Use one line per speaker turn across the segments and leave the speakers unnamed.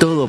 Todo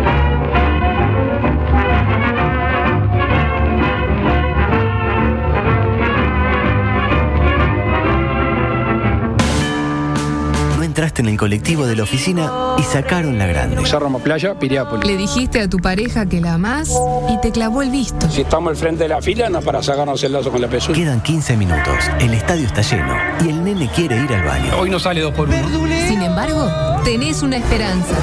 No entraste en el colectivo de la oficina y sacaron la grande.
Cerro Playa, Piriápolis.
Le dijiste a tu pareja que la amás y te clavó el visto.
Si estamos al frente de la fila, no es para sacarnos el lazo con la pezuña.
Quedan 15 minutos, el estadio está lleno y el nene quiere ir al baño.
Hoy no sale dos por uno.
Sin embargo, tenés una esperanza.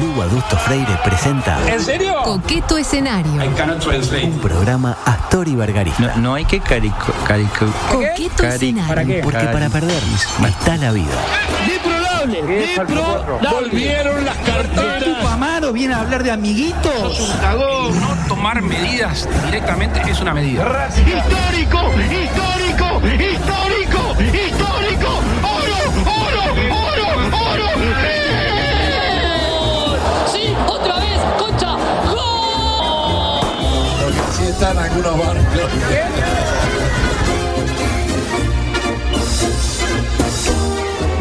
Lugo Adusto Freire presenta
¿En serio?
Coqueto escenario.
cannot translate.
un programa Astor y Bargarista.
No, no hay que carico, carico,
Coqueto
Cari-
¿Para
escenario.
qué?
Porque para perder está la vida.
Volvieron las
Este
carteras.
Amaro viene a hablar de amiguitos.
No tomar medidas directamente es una medida.
histórico, histórico, histórico, histórico, oro, oro, oro, oro.
Sí, otra vez, concha. ¡Gol!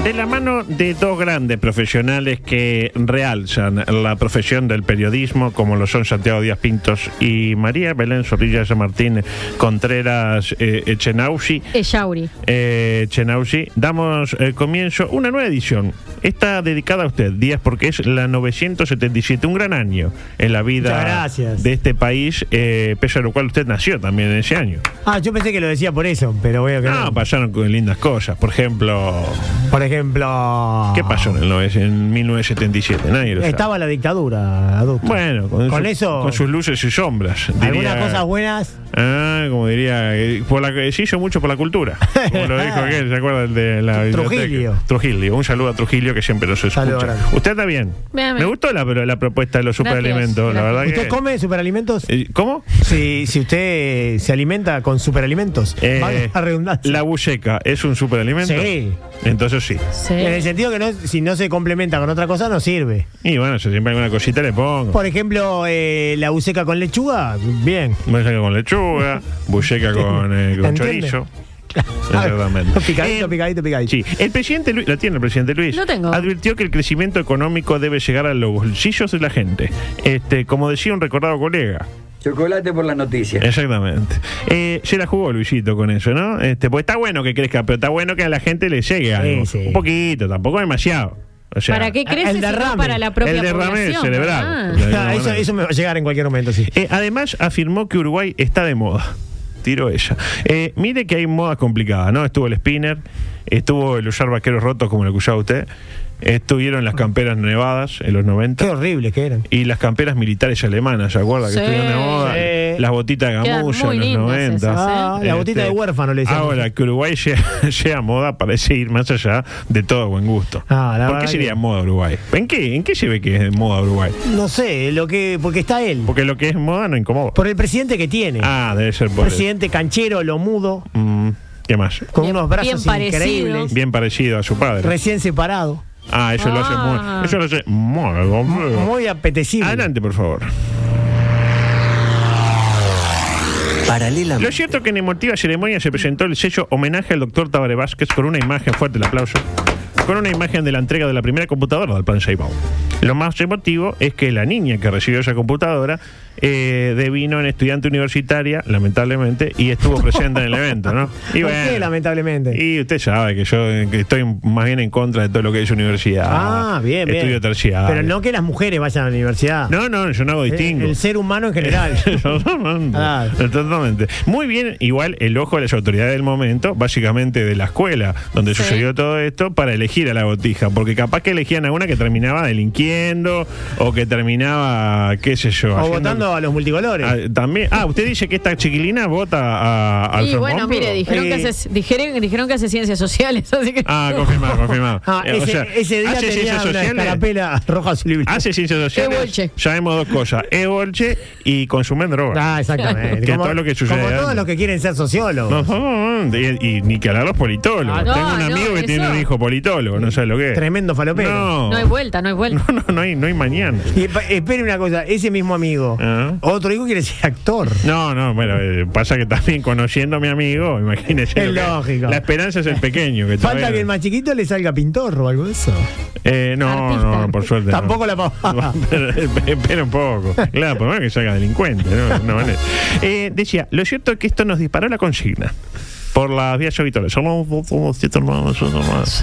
De la mano de dos grandes profesionales que realzan la profesión del periodismo, como lo son Santiago Díaz Pintos y María Belén Zorrilla de San Martín Contreras eh, Echenausi.
Echauri.
Eh, Chenausi, damos eh, comienzo una nueva edición. Está dedicada a usted, Díaz, porque es la 977, un gran año en la vida
Muchas gracias.
de este país, eh, pese a lo cual usted nació también en ese año.
Ah, yo pensé que lo decía por eso, pero veo que
Ah,
no.
pasaron con lindas cosas. Por ejemplo,
Por ejemplo.
¿qué pasó en, el nove- en 1977? Nadie lo sabe.
Estaba la dictadura, adulto.
Bueno, con,
Con
su-
eso-
con sus luces y sombras.
Algunas
diría-
cosas buenas.
Ah, como diría, eh, por la, que- se hizo mucho por la cultura. Como lo dijo aquel, ¿se acuerdan de la biblioteca?
Trujillo.
Trujillo, un saludo a Trujillo que siempre nos escucha.
Saludo grande.
Usted está bien.
Bien, bien.
Me gustó la, la propuesta de los superalimentos, la
gracias.
verdad
¿Usted
que-
come superalimentos?
Eh, ¿Cómo?
Si, si usted se alimenta con superalimentos.
Eh,
vale la redundancia.
La buceca es un superalimento.
Sí.
Entonces sí.
En
Sí.
el sentido que no, si no se complementa con otra cosa, no sirve.
Y bueno, yo siempre alguna cosita le pongo.
Por ejemplo, eh, la buceca con lechuga, bien.
Buceca con lechuga, buceca con, eh, con
¿Entiende?
chorizo. Exactamente. Eh,
picadito, picadito, picadito.
Sí, el presidente Luis, la tiene el presidente Luis.
Lo tengo.
Advirtió que el crecimiento económico debe llegar a los bolsillos de la gente. Este, como decía un recordado colega.
Chocolate por la noticia.
Exactamente. Eh, se la jugó Luisito con eso, ¿no? Este, porque está bueno que crezca, pero está bueno que a la gente le llegue algo.
sí.
Un poquito, tampoco demasiado. O sea,
¿Para qué creces? si no
derrame.
Para la propia
el derrame
población, ¿verdad?
cerebral. de alguna
Ah, eso,
manera.
eso me va a llegar en cualquier momento, sí.
Eh, además, afirmó que Uruguay está de moda. Tiro ella. Eh, mire que hay modas complicadas, ¿no? Estuvo el spinner, estuvo el usar vaqueros rotos, como lo que usaba usted, estuvieron las camperas nevadas en los
Qué
90
horribles que eran.
y las camperas militares alemanas, ¿se acuerda?
Sí.
que estuvieron de moda.
Sí.
Las botitas de
Quedan
gamulla
muy
en los
lindas
90.
esas, ¿eh?
Eh, Ah, la botita de huérfano le decían.
Este, Ahora, que Uruguay sea, sea moda parece ir más allá de todo buen gusto.
Ah, la
¿Por qué
verdad
sería
que-
moda Uruguay? ¿En qué, ¿En qué se ve que es de moda Uruguay?
No sé, lo que porque está él.
Porque lo que es moda no incomoda.
Por el presidente que tiene.
Ah, debe ser por eso.
presidente canchero, lo mudo,
Mm, ¿Qué más?
con
Bien-
unos brazos
bien parecido.
increíbles,
Bien parecido a su padre.
recién separado,
Ah, eso lo hace
Ah.
muy. Eso lo hace muy, muy-
muy apetecible.
Adelante, por favor. Lo
Paralelamente.
cierto es que en emotiva ceremonia se presentó el sello homenaje al doctor Tabaré Vázquez con una imagen fuerte, el aplauso. Con una imagen de la entrega de la primera computadora del Plan Shaibao. Lo más emotivo es que la niña que recibió esa computadora eh, devino en estudiante universitaria, lamentablemente, y estuvo presente en el evento, ¿no? Y
¿Por qué,
bueno.
lamentablemente?
Y usted sabe que yo que estoy más bien en contra de todo lo que es universidad.
ah, bien, bien.
Estudio terciario.
Pero no que las mujeres vayan a la universidad.
No, no, yo no hago
Eh,
distingo.
El, ser humano en general. Ah.
Totalmente. Muy bien, igual el ojo de las autoridades del momento, básicamente de la escuela donde
Sí.
sucedió todo esto, para elegir a la botija, porque capaz que elegían a una que terminaba delinquiendo o que terminaba, qué sé yo,
o
haciendo-
votando a los multicolores.
Ah, también. Ah, usted dice que esta chiquilina vota a, al
Y bueno,
Fromombo.
mire, dijeron,
Eh.
que hace, dijeron, dijeron que hace ciencias sociales, así que...
Ah, confirmado, confirmado.
Ah,
Eh, o
ese,
sea,
ese día
hace
tenía
ciencias
una
sociales. Ah,
escarapela roja azul y blanca.
Hace ciencias sociales.
Ebolche.
Sabemos dos cosas: ebolche y consumen droga.
Ah, exactamente.
Que todo lo que sucede
como todos
antes.
los que quieren ser sociólogos.
No, no, no, y, y ni que hablar los politólogos.
Ah, no,
Tengo un amigo
no,
que tiene
eso.
un hijo politólogo, no sé lo que es.
Tremendo falopero.
No,
No hay vuelta, no hay vuelta.
No, no, no hay, no hay mañana.
Y pa- espere una cosa, ese mismo amigo
Ah. Ajá.
Otro hijo quiere ser actor.
No, no, bueno, eh, pasa que también conociendo a mi amigo, imagínese.
Es
lo que-
lógico.
La esperanza es el pequeño. Que
Falta
todavía-
que el más chiquito le salga pintor o algo de eso.
Eh, no,
Artista.
no, por suerte. no.
Tampoco la pavada.
Pero, Espera un poco. Claro, por lo menos que salga delincuente. ¿no? No vale. Eh, decía, lo cierto es que esto nos disparó la consigna. Por las vías habituales. Somos vos, somos siete hermanos, somos hermanos.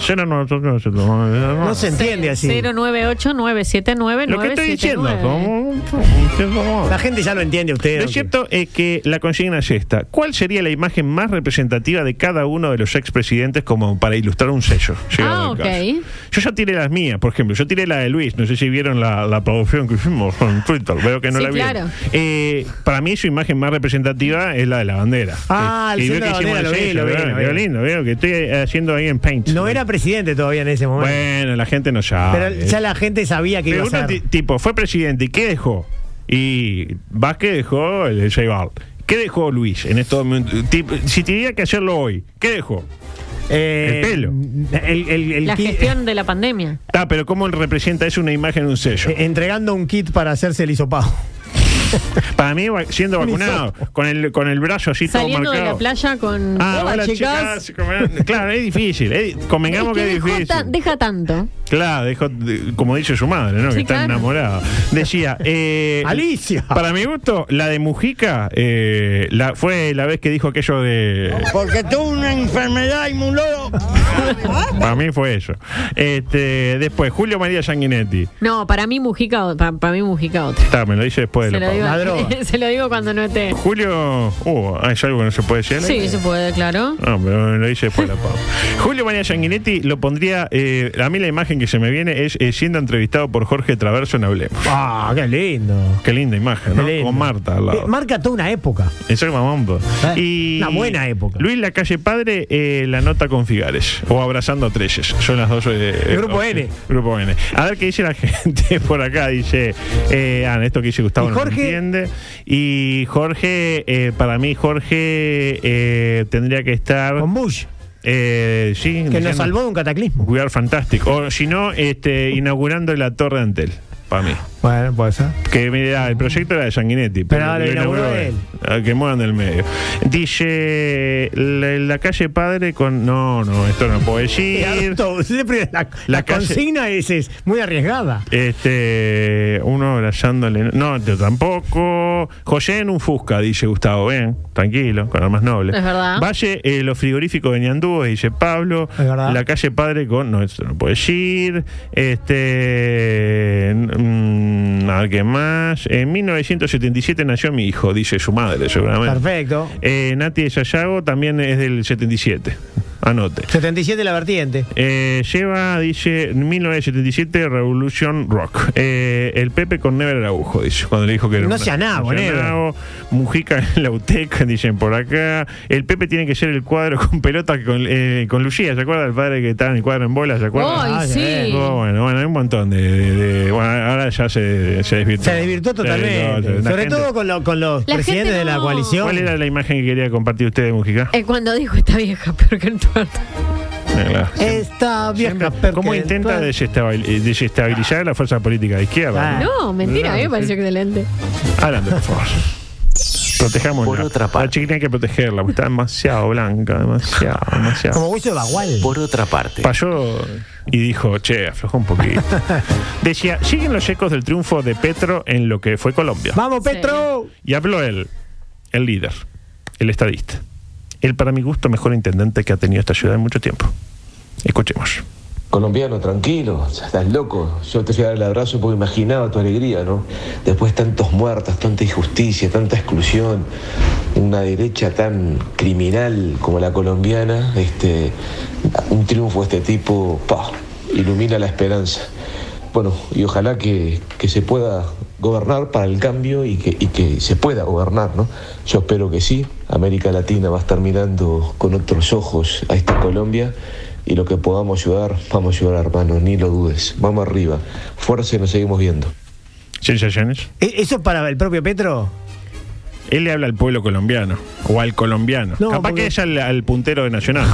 Cero, no, nosotros, nosotros, nosotros.
No se entiende así.
098 979
Eh, Lo que estoy diciendo.
eh.
somos-
La gente ya lo entiende usted.
Lo cierto es que la consigna es esta. ¿Cuál sería la imagen más representativa de cada uno de los expresidentes como para ilustrar un sello? llegado
Ah,
el
ok.
caso? Yo ya tiré las mías, por ejemplo. Yo tiré la de Luis. No sé si vieron la, la producción que hicimos en Twitter. Veo que no
Sí,
la vieron.
claro.
Eh, para mí su imagen más representativa es la de la bandera.
Ah,
Eh,
el
y
sello de la
hicimos
bandera,
el
lo vi,
sello,
lo vi,
¿verdad?
lo vi.
Quedó lindo, veo que estoy eh, haciendo ahí en Paint.
No era presidente todavía en ese momento.
Bueno, la gente no sabe.
pero ya la gente sabía que
Pero
iba a
uno ti-
ser.
tipo, fue presidente, ¿y qué dejó? Y Vázquez dejó el de Ceibal. ¿Qué dejó Luis en estos momentos? Tip- Si tuviera que hacerlo hoy, ¿qué dejó?
Eh,
el pelo.
el- el- el
La
kit-
gestión de la pandemia.
Ah, pero ¿cómo representa eso una imagen, un sello?
eh, entregando un kit para hacerse el hisopado.
Para mí, va- siendo vacunado, con el, con el brazo así
Saliendo
todo
de
marcado.
la playa con.
Ah,
Hola,
hola, chicas. comen- Claro, es difícil. es- convengamos
Es
que
que
es
dejó
difícil.
tan- deja tanto.
Claro, dejó, de- como dice su madre, ¿no?
Sí,
que está
claro.
enamorada. Decía, eh,
Alicia.
Para mi gusto, la de Mujica eh, la, fue la vez que dijo aquello de.
Porque tuvo una enfermedad inmunólogo.
Para mí fue eso. Este, después, Julio María Sanguinetti.
No, para mí Mujica, o- pa- para mí Mujica otra.
Está, me lo dice después
Se
de la
lo, digo,
pausa.
La droga.
se lo digo cuando no esté.
Julio. Uh, ¿es algo que no se puede decir? al aire?
Sí, se puede, claro.
No, pero me lo dice después de la pausa. Julio María Sanguinetti lo pondría. eh, a mí la imagen que se me viene es eh, siendo entrevistado por Jorge Traverso en Hablemos.
Ah, qué lindo.
Qué linda imagen, ¿no?
Qué lindo.
Con Marta al lado.
Eh, marca toda una época.
Eso es mamombo.
Eh,
Y
una buena época.
Luis Lacalle Padre, eh, la nota con Figares. O abrazando a Treyes. Son las dos. eh, eh,
Grupo
op-
N.
Grupo N. A ver qué dice la gente por acá. Dice, eh, ah, esto que dice Gustavo
¿Y
no lo
Jorge?
entiende. Y Jorge, eh, para mí, Jorge eh, tendría que estar.
Con Bush,
eh, sí,
que nos salvó de un cataclismo.
Cuidar fantástico. O si no, este, inaugurando la Torre de Antel. Para mí.
Bueno, puede ser.
Que mira, el proyecto era de Sanguinetti.
Pero ahora lo inauguró él.
Ah, Que muevan del medio. Dice la, la calle padre con. No, no, esto no puedo decir.
Esto, siempre la, la
calle-
consigna es, es muy arriesgada.
Este, uno abrazándole. No, yo tampoco. José en un Fusca, dice Gustavo. Ven, tranquilo, con armas nobles.
Es verdad.
Valle, eh, los frigoríficos de Ñandúes, dice Pablo.
Es verdad.
La calle Padre con. No, esto no puede decir. Este. mm, a ver qué más. En 1977 nació mi hijo, dice su madre, seguramente.
Perfecto.
Eh, Nati de Sayago también es del 77. Anote.
77 la vertiente.
Eh, lleva, dice, 1977 Revolution Rock. Eh, el Pepe con Never Araujo, dice, cuando le dijo que era
No
una-
sea nada, Never.
nabo. Mujica en la UTEC, dicen por acá. El Pepe tiene que ser el cuadro con pelota con, eh, con Lucía, ¿se acuerda? El padre que estaba en el cuadro en bola, ¿se acuerda?
Ay,
eh,
sí.
Oh, bueno, bueno, hay un montón de, de- de- Bueno, ahora ya se, se desvirtuó.
Se desvirtuó
desvirtuó,
totalmente.
la
Sobre
gente-
todo con, lo- con los
La
presidentes
gente
de la
no-
coalición.
¿Cuál era la imagen que quería compartir usted de Mujica?
Eh, cuando dijo esta vieja, peor que el tuerto.
Eh, claro.
Esta vieja
Siempre- ¿Cómo
perca-
intenta desestabil- eh, desestabilizar la fuerza política de izquierda?
Ah.
No, mentira, a mí me pareció excelente.
Adelante, por favor. Protejamos
Por otra
La
parte.
chiquita hay que protegerla, porque está demasiado blanca, demasiado, demasiado.
Como hueso de bagual.
Por otra parte,
Pasó y dijo, che, aflojó un poquito. Decía, siguen los ecos del triunfo de Petro en lo que fue Colombia.
¡Vamos, Petro!
Y habló él, el líder, el estadista, el para mi gusto mejor intendente que ha tenido esta ciudad en mucho tiempo. Escuchemos.
Colombiano, tranquilo, o sea, estás loco. Yo te fui a dar el abrazo porque imaginaba tu alegría, ¿no? Después tantos muertos, tanta injusticia, tanta exclusión, una derecha tan criminal como la colombiana, este, un triunfo de este tipo, pa, ilumina la esperanza. Bueno, y ojalá que, que se pueda gobernar para el cambio y que, y que se pueda gobernar, ¿no? Yo espero que sí. América Latina va a estar mirando con otros ojos a esta Colombia y lo que podamos ayudar, vamos a ayudar, hermano, ni lo dudes. Vamos arriba. Fuerza y nos seguimos viendo.
Sensaciones.
¿E- ¿Eso es para el propio Petro?
Él le habla al pueblo colombiano o al colombiano.
No,
Capaz
porque-
que es al, al puntero de Nacional.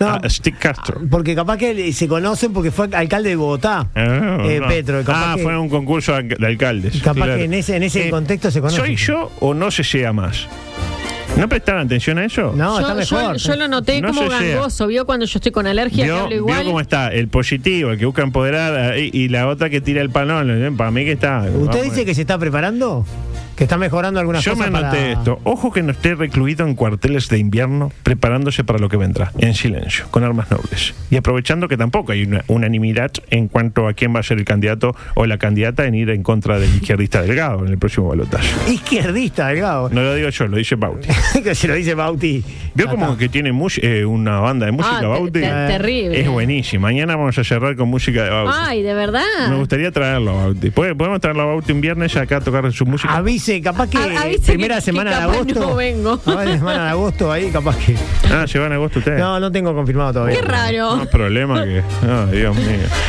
No.
A Stick Castro.
Porque capaz que le- se conocen porque fue alcalde de Bogotá,
Ah,
eh,
no.
Petro. y Capaz
ah,
que,
fue un concurso de de alcaldes. Eh,
Capaz que en ese- en ese contexto se conoce.
¿Soy yo o no se llega más? ¿No prestaron atención a eso?
No,
yo,
está
yo-
mejor.
yo lo noté
No
como
se llega.
gangoso. Vio cuando yo estoy con alergia, que
Vio,
hablo
vio
igual.
cómo está el positivo, el que busca empoderar, eh, y, y la otra que tira el panón. ¿eh? Para mí que está.
¿Usted
vamos,
dice que se está preparando? ¿Que está mejorando algunas
Yo me
cosas?
anoté
para-
esto. Ojo que no esté recluido en cuarteles de invierno, preparándose para lo que vendrá, en silencio, con armas nobles. Y aprovechando que tampoco hay una unanimidad en cuanto a quién va a ser el candidato o la candidata en ir en contra del izquierdista Delgado en el próximo balotaje.
Izquierdista, Delgado.
No lo digo yo, lo dice Bauti.
que se lo dice Bauti.
Veo
Ya
como
está. Ah,
que tiene mus- eh, una banda de música,
te-
Bauti.
te- terrible.
Es buenísima. Mañana vamos a cerrar con música de Bauti.
Ay, de verdad.
Me gustaría traerlo a Bauti. ¿Pod- ¿Podemos traerlo a Bauti un viernes acá a tocar su música?
Avise, capaz que
A- avise
primera
que- que
semana de
capaz
agosto.
no vengo.
Primera semana de agosto ahí, capaz que.
Ah, ¿se van a agosto ustedes?
No, no tengo confirmado todavía.
Qué raro.
No, problema que. No, Dios mío.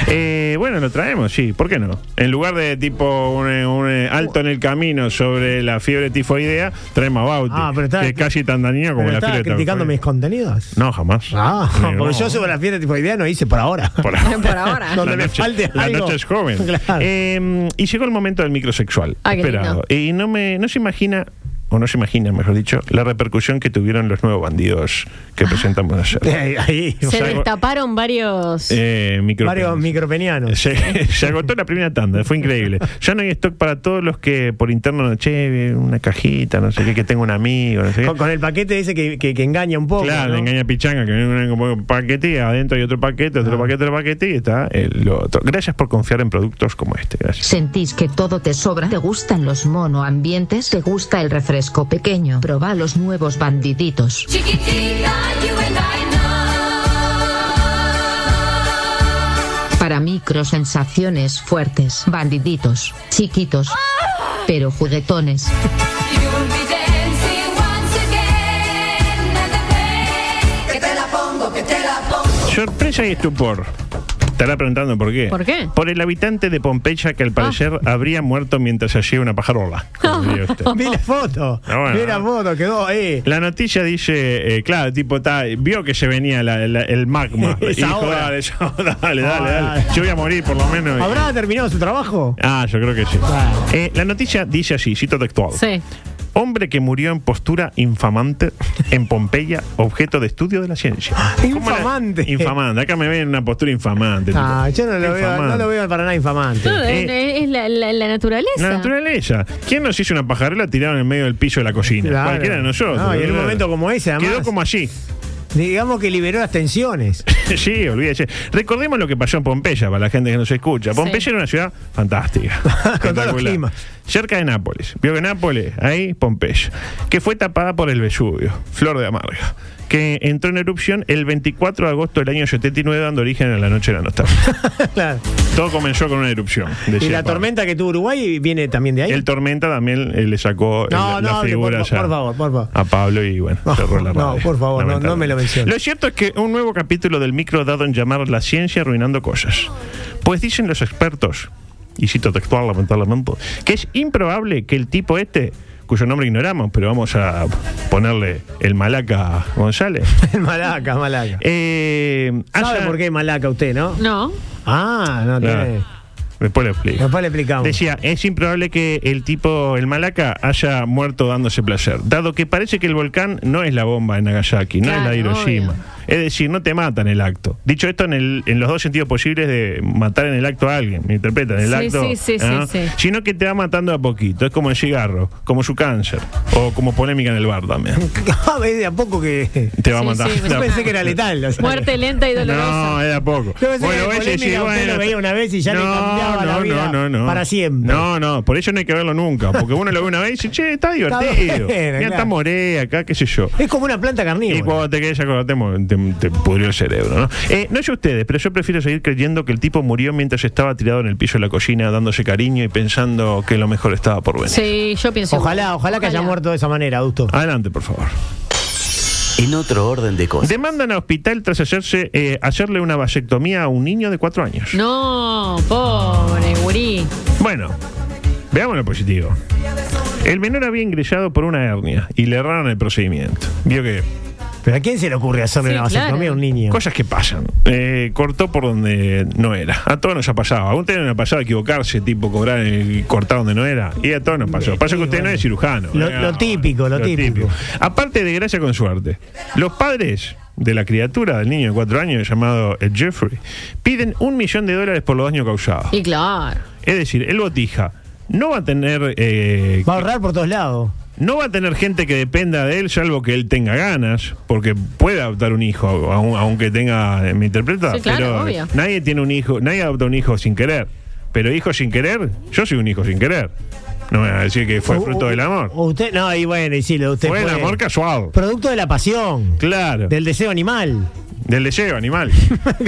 Eh, bueno, lo traemos, sí. ¿Por qué no? En lugar de tipo un, eh, un, eh, alto en el camino sobre la fiebre tifoidea, traemos a Bauti.
Ah, pero está-
que es casi tan dañino como
Pero
la
estaba
fiebre
criticando mis
tifoidea.
contenidos.
No, jamás.
Ah,
Ni-
porque
no.
yo sobre la fiesta tipo idea no hice por ahora.
Por ahora.
Por ahora.
Donde
la,
me
noche,
falte
la
algo.
noche es joven.
Claro.
Eh, y llegó el momento del microsexual.
Ah, qué
esperado. Y no, me, no se imagina, o no se imagina, mejor dicho, la repercusión que tuvieron los nuevos bandidos
Ah.
que presentamos ayer.
Ahí, ahí,
Se
sea,
destaparon varios.
Eh, micro-
varios micropenianos.
Se, se agotó la primera tanda, fue increíble. Ya no hay stock para todos los que por interno, che, una cajita, no sé qué, que tengo un amigo, no sé qué.
Con, con el paquete ese que, que, que engaña un poco.
Claro,
¿no?
le engaña a Pichanga, que viene con un paquete y adentro hay otro paquete,
Ah.
otro paquete, otro paquete y está el otro. Gracias por confiar en productos como este. Gracias.
¿Sentís que todo te sobra? ¿Te gustan los monoambientes? ¿Te gusta el refresco pequeño? Proba los nuevos bandiditos. Para microsensaciones fuertes. Bandiditos. Chiquitos. Pero juguetones.
Sorpresa y estupor. Estará preguntando por qué.
¿Por qué? Ah.
Por el habitante de Pompeya que al parecer habría muerto mientras hacía una pajarola. como diría usted.
Vi la foto.
Ah, bueno.
Vi la foto, quedó ahí.
La noticia dice, eh, claro, tipo, ta, vio que se venía la- la- el magma.
Es
y dijo,
ahora.
dale, yo, dale, dale,
Ah,
dale.
dale.
Yo voy a morir por lo menos.
¿Habrá terminado su trabajo?
Ah, yo creo que sí.
Claro.
Eh, la noticia dice así, cito textual.
Sí.
Hombre que murió en postura infamante en Pompeya, objeto de estudio de la ciencia. ¿Cómo la-
Ah, Infamante.
infamante. Acá me ven en una postura infamante.
Ah,
tipo.
yo no lo, veo,
Infamante.
no lo veo para nada infamante.
No, es- es la, la- la naturaleza.
eh, La naturaleza. ¿Quién nos hizo una pajarela tiraron en el medio del piso de la cocina?
Claro.
Cualquiera de nosotros.
No, y en un momento como ese, además.
Quedó como allí.
Digamos que liberó las tensiones.
sí, olvídese. Recordemos lo que pasó en Pompeya, para la gente que nos escucha. Pompeya
Sí.
era una ciudad fantástica.
Con todos los
espectacular.
climas.
Cerca de Nápoles. Vio que Nápoles, ahí Pompeya. Que fue tapada por el Vesubio, Flor de Amarga. Que entró en erupción el 24 de agosto del año 79, dando origen a la Noche de la Nostalgia.
Claro.
Todo comenzó con una erupción.
Y
decía
la
Pablo.
tormenta que tuvo Uruguay viene también de ahí.
El tormenta también eh, le sacó eh, la-
No, no,
la
hable,
figura
por fa-
ya
por favor, por favor.
a Pablo y bueno,
No,
cerró la
no,
radio,
por favor, no, no me lo mencione.
Lo cierto es que un nuevo capítulo del micro dado en llamar La ciencia arruinando cosas. Pues dicen los expertos, y cito textual lamentablemente, que es improbable que el tipo este, cuyo nombre ignoramos, pero vamos a ponerle el Malaca González,
El Malaca, Malaca.
eh,
¿Sabe
haya-
por qué es Malaca usted, no?
No.
Ah, no
Claro.
tiene.
Después le explico.
Después le explicamos.
Decía, es improbable que el tipo, el Malaca, haya muerto dándose placer, dado que parece que el volcán no es la bomba en Nagasaki, no es la
Claro,
de Hiroshima.
obvio.
Es decir, no te matan el acto. Dicho esto, en, el- en los dos sentidos posibles de matar en el acto a alguien, me interpretan el
Sí,
acto.
sí, sí, sí,
¿ah?
sí.
Sino que te va matando a poquito. Es como el cigarro, como su cáncer, o como polémica en el bar también.
Ah, ve de a poco que.
Te va
Sí,
matando.
sí, me
Yo pensé que era letal. o sea.
Muerte lenta y
No, eh.
dolorosa.
era poco.
Yo pensé que era
ese
polémica, usted lo veía una vez y ya le cambiaba la vida para siempre.
No, no, por eso no hay que verlo nunca. Porque uno lo ve una vez y dice, che, está divertido.
bueno,
Mira,
claro.
está morea acá, qué sé yo.
Es como una planta
Y
carnívora.
cuando te quedes acordado, te, mo- te, te pudrió el cerebro, ¿no? Eh, no sé ustedes, pero yo prefiero seguir creyendo que el tipo murió mientras estaba tirado en el piso de la cocina, dándose cariño y pensando que lo mejor estaba por venir.
Sí, yo pienso.
Ojalá, ojalá que haya muerto de esa manera, Augusto.
Adelante, por favor.
En otro orden de cosas.
Demandan a hospital tras hacerse, eh, hacerle una vasectomía a un niño de cuatro años.
No, pobre gurí.
Bueno, veamos lo positivo. El menor había ingresado por una hernia y le erraron el procedimiento. Vio que.
¿Pero a quién se le ocurre hacerle
Sí,
una vasectomía
claro.
a un niño?
Cosas que pasan. Eh, cortó por donde no era. A todos nos ha pasado. A usted no le ha pasado equivocarse, tipo cobrar el cortar donde no era. Y a todos nos pasó. Pasa que usted no es cirujano.
Lo-
Eh,
lo
no,
típico, lo típico.
Aparte de gracia con suerte, los padres de la criatura, del niño de cuatro años llamado eh, Jeffrey, piden un millón de dólares por los daños causados.
Y claro.
Es decir, el botija no va a tener eh,
Va a ahorrar por todos lados.
no va a tener gente que dependa de él, salvo que él tenga ganas, porque puede adoptar un hijo, aun- aunque tenga, eh, me interpreta,
Sí, claro,
pero
obvio.
nadie tiene un hijo, nadie adopta un hijo sin querer. Pero hijo sin querer, yo soy un hijo sin querer. No me van a decir que fue
O-
fruto
o-
del amor.
o usted, no, y bueno, y sí, lo de usted
Fue el
Uh, fue
amor casual.
Producto de la pasión,
Claro.
del deseo animal.
Del deseo animal.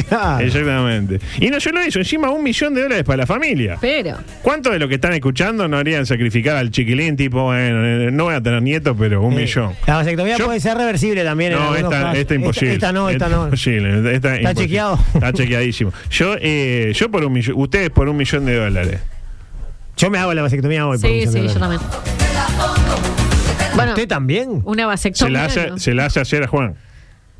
Claro.
Exactamente. Y no solo eso, encima un millón de dólares para la familia.
Pero.
¿Cuántos de los que están escuchando no harían sacrificar al chiquilín tipo, bueno, eh, no voy a tener nietos, pero un
Sí.
millón?
Eh, La vasectomía
Yo-
puede ser reversible también. en
No,
algunos
esta,
casos.
esta imposible.
Esta, esta no, esta, no.
imposible, esta
¿Está
imposible.
chequeado?
Está chequeadísimo. Yo, eh, yo por un millón, ustedes por un millón de dólares.
Yo me hago la vasectomía hoy. por un
Sí, sí,
celular.
yo también. Bueno,
¿Usted también?
una
Se la,
vasectomía.
hace,
¿no?
se la hace hacer a Juan.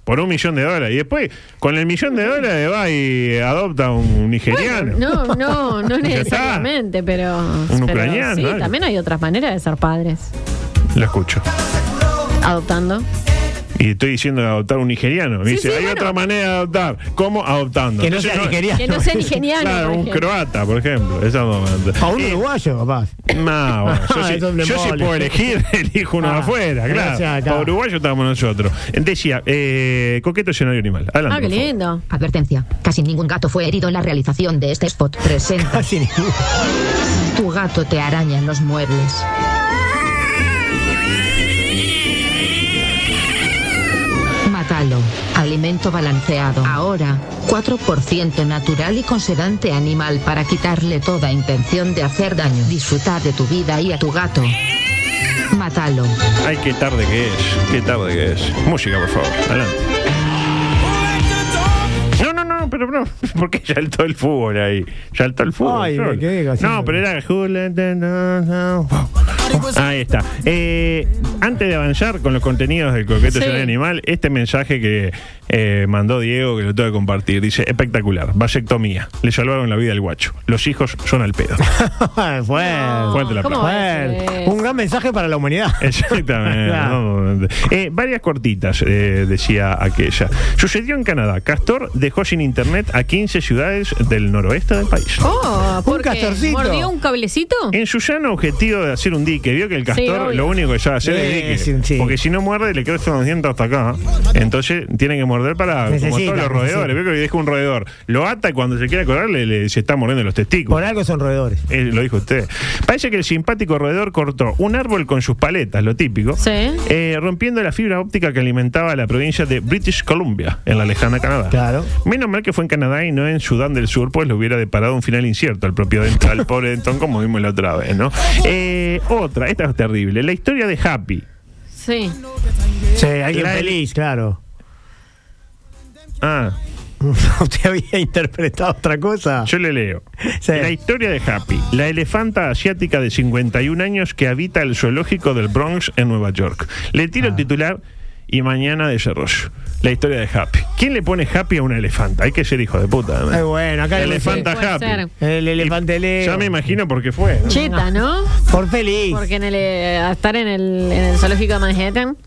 Por un millón de dólares. Y después, con el millón de dólares va y adopta un nigeriano.
No, no, no
Ya está.
necesariamente, pero. pero
ucraniano,
Sí,
algo.
también hay otras maneras de ser padres.
Lo escucho.
Adoptando.
Y estoy diciendo de adoptar un nigeriano. Me
Sí,
dice,
sí,
hay
bueno.
otra manera de adoptar. ¿Cómo? Adoptando.
Que no
Entonces,
sea nigeriano.
Que no sea nigeriano.
Claro,
por
un
ejemplo.
croata, por ejemplo. Esa es una manera.
A un
Y-
uruguayo, capaz.
No, bueno, yo,
Ah,
sí-
eso es un
yo sí,
embole.
puedo elegir, elijo uno
Ah,
afuera, claro.
gracias, acá.
Para Uruguayo estamos nosotros. Decía, eh, coqueto escenario animal. Adelante.
Ah, qué
por favor.
lindo.
Advertencia. Casi ningún gato fue herido en la realización de este spot. Presenta.
Casi ninguno.
Tu gato te araña en los muebles. Mátalo. Alimento balanceado. Ahora, 4% natural y con sedante animal para quitarle toda intención de hacer daño. Disfruta de tu vida y a tu gato. Mátalo.
Ay, qué tarde que es. Qué tarde que es. Música, por favor. Adelante. No, no, no, pero no. Porque saltó el fútbol ahí. Saltó el fútbol.
Ay,
solo.
me quedé haciendo-
no, pero eh, era. Ahí está. Eh, antes de avanzar con los contenidos del coqueto
Sí.
escenario animal, este mensaje que eh, mandó Diego, que lo tengo que compartir, dice: espectacular, vasectomía. Le salvaron la vida al guacho. Los hijos son al pedo.
Fue.
Fuerte la
¿cómo
aplauso.
va a
Fue.
ser?
Un gran mensaje para la humanidad.
Exactamente.
Claro.
no, eh, varias cortitas, eh, decía aquella. Sucedió en Canadá. Castor dejó sin internet a 15 ciudades del noroeste del país.
Oh,
Un
porque
castorcito.
mordió un cablecito.
En su llano objetivo de hacer un dique, vio que el castor
obvio.
lo único que sabe hacer es
Sí,
dique.
sí, sí.
Porque si no muerde, le crecen los dientes hasta acá. Entonces tiene que morder para. como
Necesita,
todos los roedores.
necesita.
Vio que deja un roedor. Lo ata y cuando se quiere acordar, le, le- se está mordiendo los testículos.
Por algo son roedores.
Eh, lo dijo usted. Parece que el simpático roedor cortó un árbol con sus paletas, lo típico,
Sí.
eh, rompiendo la fibra óptica que alimentaba la provincia de British Columbia, en la lejana Canadá.
Claro.
Menos mal que fue en Canadá y no en Sudán del Sur, pues le hubiera deparado un final incierto al propio Denton, al pobre Denton, como vimos la otra vez, ¿no? Eh, otra, esta es terrible, la historia de Happy.
Sí.
Sí, alguien
La-
feliz, claro.
Ah,
¿Usted había interpretado otra cosa?
yo le leo.
Sí.
La historia de Happy, la elefanta asiática de 51 años que habita el zoológico del Bronx en Nueva York. Le tiro el
Ah.
titular y mañana desarrollo. La historia de Happy. ¿Quién le pone Happy a una elefanta? Hay que ser hijo de puta. ¿no?
Ay, bueno, acá le
elefanta
Puede
Happy.
ser.
El elefante Leo.
Ya me imagino por qué fue. ¿no?
Cheta, ¿no?
Por feliz.
Porque en el, eh, estar en el, en el zoológico de Manhattan.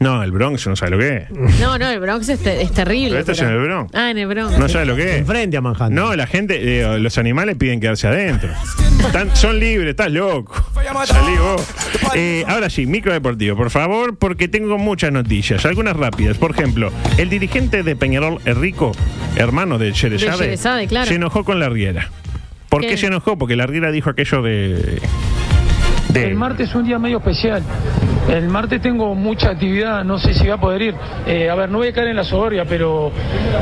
No, el Bronx no sabe lo que es.
No, no, el Bronx es, te- es terrible.
Pero esto es en el Bronx.
Ah, en el Bronx.
No sabe lo que es.
Enfrente a Manhattan.
No, la gente, eh, los animales piden quedarse adentro. Están- son libres, estás loco. Salí vos. Eh, ahora sí, micro deportivo, por favor, porque tengo muchas noticias, algunas rápidas. Por ejemplo, el dirigente de Peñarol, Enrico, hermano de Cherezade,
De Sherezade, claro.
se enojó con la Riera. ¿Por qué?
¿Qué?
se enojó? Porque la Riera dijo aquello de. de-
El martes es un día medio especial. El martes tengo mucha actividad, no sé si voy a poder ir. Eh, a ver, no voy a caer en la soberbia, pero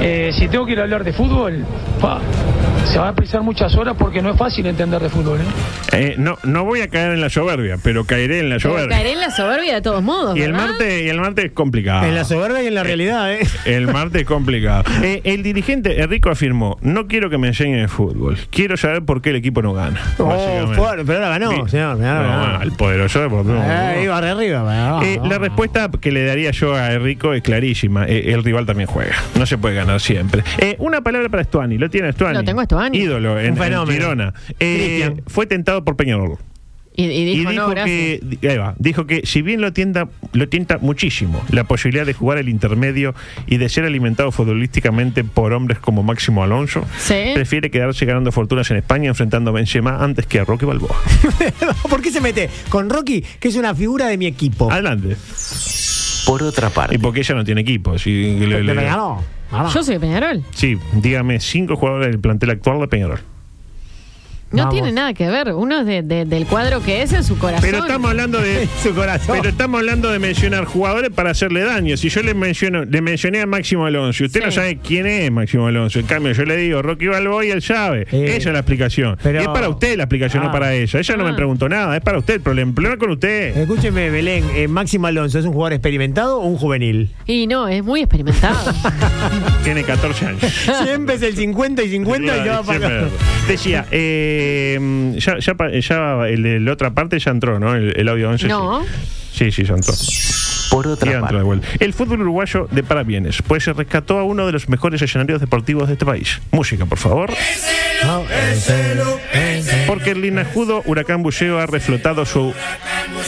eh, si tengo que ir a hablar de fútbol, pa, se van a precisar muchas horas porque no es fácil entender de fútbol. ¿eh?
Eh, no, no voy a caer en la soberbia, pero caeré en la
Pero
soberbia.
caeré en la soberbia de todos modos.
Y el,
¿verdad?
martes, y el martes es complicado.
En la soberbia y en la realidad, ¿eh?
El martes es complicado. Eh, el dirigente Enrico afirmó: No quiero que me enseñen el fútbol. Quiero saber por qué el equipo no gana.
Oh,
Básicamente.
fuerte, pero ahora ganó,
Vi-
señor. mirá,
No,
ganó.
al poderoso deportivo.
Eh, iba re arriba. pero
Eh,
no,
la
no.
respuesta que le daría yo a Enrico es clarísima. Eh, el rival también juega. No se puede ganar siempre. Eh, una palabra para Stuani. Lo tiene Stuani.
Lo tengo a Stuani.
Ídolo en,
Un fenómeno.
en Girona. Eh,
Cristian.
fue tentado por Peñarol.
Y, y dijo, no, gracias.
que, di- ahí va, dijo que si bien lo tienta, lo tienta muchísimo la posibilidad de jugar el intermedio y de ser alimentado futbolísticamente por hombres como Máximo Alonso,
Sí.
prefiere quedarse ganando fortunas en España enfrentando a Benzema antes que a Roque Balboa.
¿Por qué se mete con Rocky, que es una figura de mi equipo?
Adelante.
Por otra parte,
Y porque ella no tiene equipo. Si, le-
¿Te
le-
regaló? Ah, Nada.
Yo soy de Peñarol.
Sí, dígame cinco jugadores del plantel actual de Peñarol.
No
Vamos.
tiene nada que ver. Uno es de- de- del cuadro que es en su corazón.
Pero estamos hablando de
Su corazón.
Pero estamos hablando de mencionar jugadores para hacerle daño. Si yo le menciono, le mencioné a Máximo Alonso, y usted
Sí.
no sabe quién es Máximo Alonso. En cambio, yo le digo Rocky Balboa y él sabe.
Eh,
Esa es la explicación.
pero-
Y es para usted la explicación,
Ah.
no para ella. Ella no
Ah.
me preguntó nada, es para usted el problema. El problema es con usted.
Escúcheme, Belén, eh, Máximo Alonso, ¿es un jugador experimentado o un juvenil?
Y no, es muy experimentado.
Tiene 14 años.
Siempre es el 50 y 50 y ya va para acá.
Siempre. Decía, eh, ya, ya, pa- ya el de la otra parte ya entró, ¿no? El, el audio 11.
No.
Sí, sí, sí, ya entró.
por
Y
otra
adentro
parte,
de vuelta. El fútbol uruguayo de parabienes, pues se rescató a uno de los mejores escenarios deportivos de este país. Música, por favor. Porque el linajudo Huracán Buceo ha reflotado su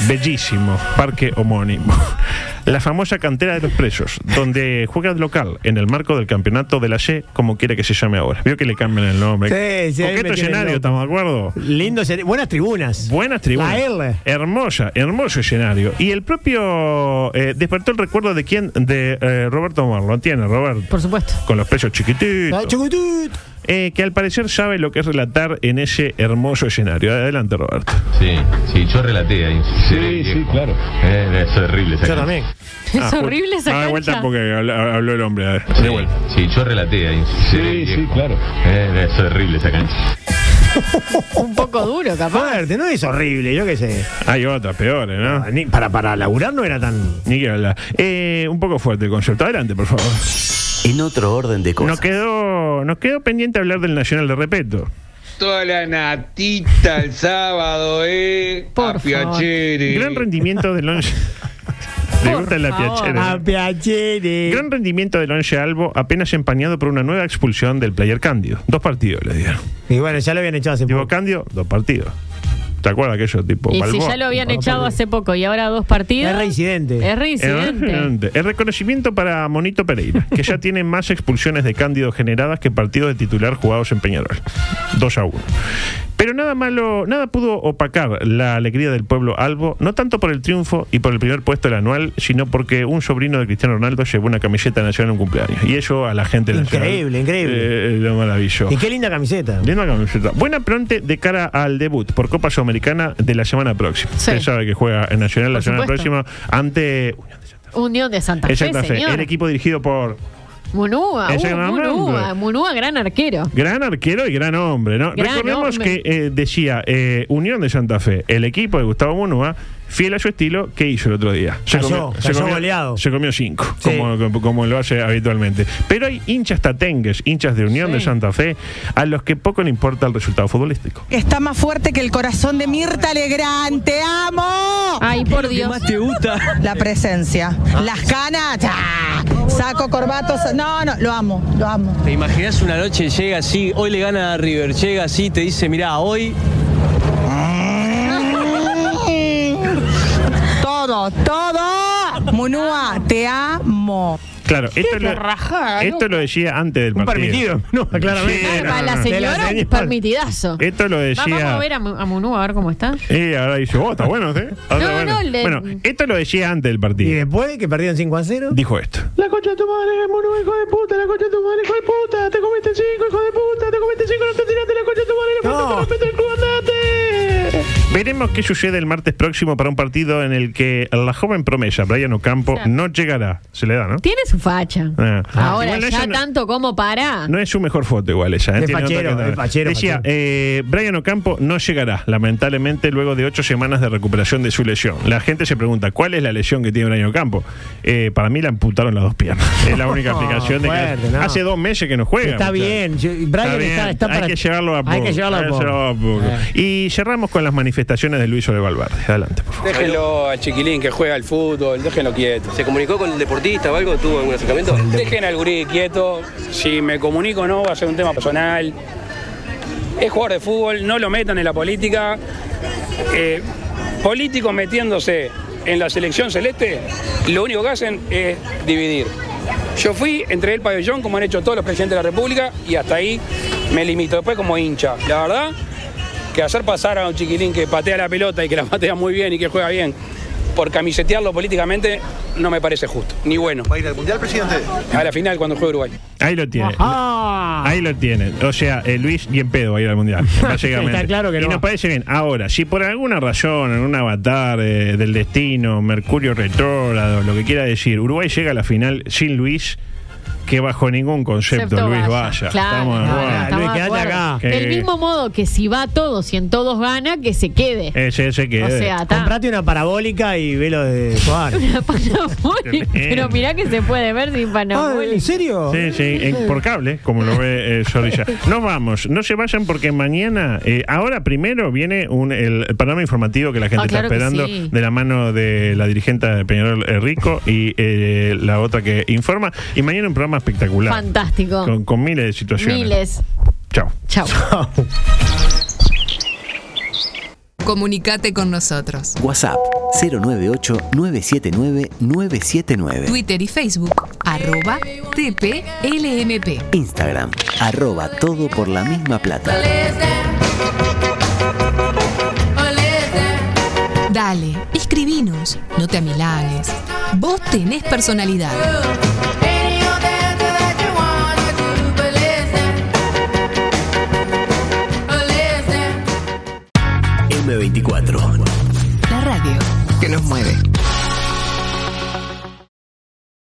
bellísimo parque homónimo. La famosa cantera de los presos, donde juega de local en el marco del campeonato de la C, como quiera que se llame ahora. Vio que le cambian el nombre.
Sí, sí, ahí me
Coqueto
tiene
escenario,
loco.
¿estamos de acuerdo?
Lindo, escena- buenas tribunas.
Buenas tribunas.
La L.
Hermosa, hermoso escenario. Y el propio eh, despertó el recuerdo de quién, de eh, Roberto Marlon. Tiene Roberto.
Por supuesto.
Con los precios
La
chiquititos.
chucutut.
Eh, que al parecer sabe lo que es relatar en ese hermoso escenario. Adelante, Roberto.
Sí, sí, yo relaté ahí. Sí, sí, claro. Eh, es horrible esa
Yo
cancha.
también.
Es horrible esa
Ah, pues, No,
cancha.
de vuelta porque habló, habló el hombre. a ver, de vuelta.
Sí, yo relaté ahí. Sí, sí, claro. es horrible esa cancha.
Un poco duro, capaz.
Fuerte, no es horrible, yo qué sé.
Hay otras Ah, peores, ¿no?
Ah, Ni- Para, para laburar no era tan.
Ni que hablar. Eh, un poco fuerte el concepto. Adelante, por favor.
en otro orden de
Nos
cosas,
quedó, nos quedó pendiente hablar del Nacional de Repeto.
Toda la natita el sábado, eh.
Por
A
favor.
Piacere.
Gran rendimiento del once. Le
Por
gusta la
favor.
piachera.
A
¿no?
Piacere.
Gran rendimiento del Once Albo, apenas empañado por una nueva expulsión del player Cándido. Dos partidos le dieron.
Y bueno, ya lo habían echado hace
Tipo
poco.
Cándido, dos partidos. ¿Te acuerdas aquello tipo?
Y si
Balboa?
ya lo habían
Balboa.
echado hace poco y ahora dos partidos.
Es reincidente.
Es reincidente.
Eh, El reconocimiento para Monito Pereira, que ya tiene más expulsiones de Cándido generadas que partidos de titular jugados en Peñarol. 2 a 1. Pero nada malo, nada pudo opacar la alegría del pueblo albo, no tanto por el triunfo y por el primer puesto del anual, sino porque un sobrino de Cristiano Ronaldo llevó una camiseta nacional en un cumpleaños. Y eso a la gente nacional,
Increíble, increíble.
eh, lo maravilló.
Y qué linda camiseta.
Linda camiseta. Buena pronte de cara al debut por Copa Sudamericana de la semana próxima.
Sí.
Usted sabe que juega en Nacional la
Por
semana
supuesto.
próxima ante. Uy, ante Santa Fe.
Unión de Santa Fe,
Santa Fe.
señor.
El equipo dirigido por
Munúa, uh,
Exactamente.
Munúa, Munúa, gran arquero.
gran arquero y gran hombre, ¿no?
Gran
Recordemos
hombre.
que eh, decía eh, Unión de Santa Fe, el equipo de Gustavo Munúa, fiel a su estilo, ¿qué hizo el otro día?
Cayó, cayó goleado.
Se comió cinco,
Sí.
como, como- como lo hace habitualmente. Pero hay hinchas tatengues, hinchas de Unión
Sí.
de Santa Fe, a los que poco le importa el resultado futbolístico.
Está más fuerte que el corazón de Mirta Legrand. ¡Te amo!
Ay, por Dios.
La presencia. Las canas. ¡ah! Saco corbatos. No, no, lo amo, lo amo.
¿Te imaginas una noche llega así, hoy le gana a River, llega así, te dice, mirá, hoy
Todo, todo. Munúa, te amo.
Claro, esto, lo,
rajada,
esto lo decía antes del
Un
partido.
permitido. No, claramente.
Sí, no,
Para la
no.
señora, un permitidazo.
Esto lo
Va-
decía.
Vamos a ver a, Mu- a Munúa, a ver cómo está.
Y ahora dice, vos, está bueno, ¿sí? Ah, está
No,
bueno.
no, le-
Bueno, esto lo decía antes del
Y
partido.
después que perdieron 5 a 0.
Dijo esto.
La concha de tu madre, mono, hijo de puta, la concha de tu madre, hijo de puta, te comiste cinco, hijo de puta, te comiste cinco, no te tiraste la concha de tu madre, le
No.
faltaste respeto al club, andate.
Veremos qué sucede el martes próximo para un partido en el que la joven promesa, Brian Ocampo,
Claro.
no llegará. Se le da, ¿no?
Tiene su facha.
Ah.
Ahora
Igual ella
ya
no-
tanto como para.
No es su mejor foto igual ella. ¿eh?
Es
Tiene otra
fachero,
que-
es fachero,
Decía, eh, Brian Ocampo no llegará, lamentablemente, luego de ocho semanas de recuperación de su lesión. La gente se pregunta, ¿cuál es la lesión que tiene Brian Ocampo? Eh, para mí le amputaron las dos piernas. Es la única explicación de que
Ah, Fuerte, no.
hace dos meses que no juega.
Está
muchacho.
bien, yo- Brian está-
bien,
está
Hay
para-
que llevarlo a poco.
hay que llevarlo a poco.
Eh.
Y cerramos con las manifestaciones de Luis Ole Valverde. Adelante, por favor.
Déjenlo al chiquilín que juega al fútbol, déjenlo quieto.
¿Se comunicó con el deportista o algo? ¿Tuvo algún acercamiento?
Dejen al gurí quieto. Si me comunico o no, va a ser un tema personal. Es jugador de fútbol, no lo metan en la política. Eh, políticos metiéndose en la selección celeste, lo único que hacen es dividir. Yo fui, entre el pabellón, como han hecho todos los presidentes de la República, y hasta ahí me limito. Después como hincha, la verdad, que hacer pasar a un chiquilín que patea la pelota y que la patea muy bien y que juega bien, por camisetearlo políticamente, no me parece justo, ni bueno. ¿Va a ir al Mundial, presidente? A la final, cuando juegue Uruguay.
Ahí lo tiene. Ahí lo tienen. O sea, eh, Luis y en pedo va a ir al mundial. básicamente.
Está claro que
y
no
nos
va.
parece bien. Ahora, si por alguna razón, en un avatar eh, del destino, Mercurio retrógrado, lo que quiera decir, Uruguay llega a la final sin Luis, que bajo ningún concepto
Excepto
Luis
Valla.
vaya.
Claro,
Estamos de
no,
acuerdo.
no, estamos de acuerdo. Del
Que
mismo modo que si va a todos y en todos gana, que se quede.
Ese, ese que.
O sea, está.
Comprate una parabólica y velo de jugar.
Eh.
Una parabólica, pero mirá que se puede ver sin parabólica.
¿En serio?
Sí, sí, en- por cable, como lo ve eh, Zorrilla. Nos vamos, no se vayan porque mañana, eh, ahora primero viene un, el panorama informativo que la gente
Ah, claro
está
que
esperando
sí.
de la mano de la dirigente de Peñarol eh, Rico y eh, la otra que informa. Y mañana un programa espectacular.
Fantástico.
Con, con miles de situaciones.
Miles.
Chao.
Chao.
Comunicate con nosotros.
WhatsApp 098-979-979.
Twitter y Facebook, arroba TPLMP.
Instagram, arroba todo por la misma plata.
Dale, escribinos, no te amilanes. Vos tenés personalidad.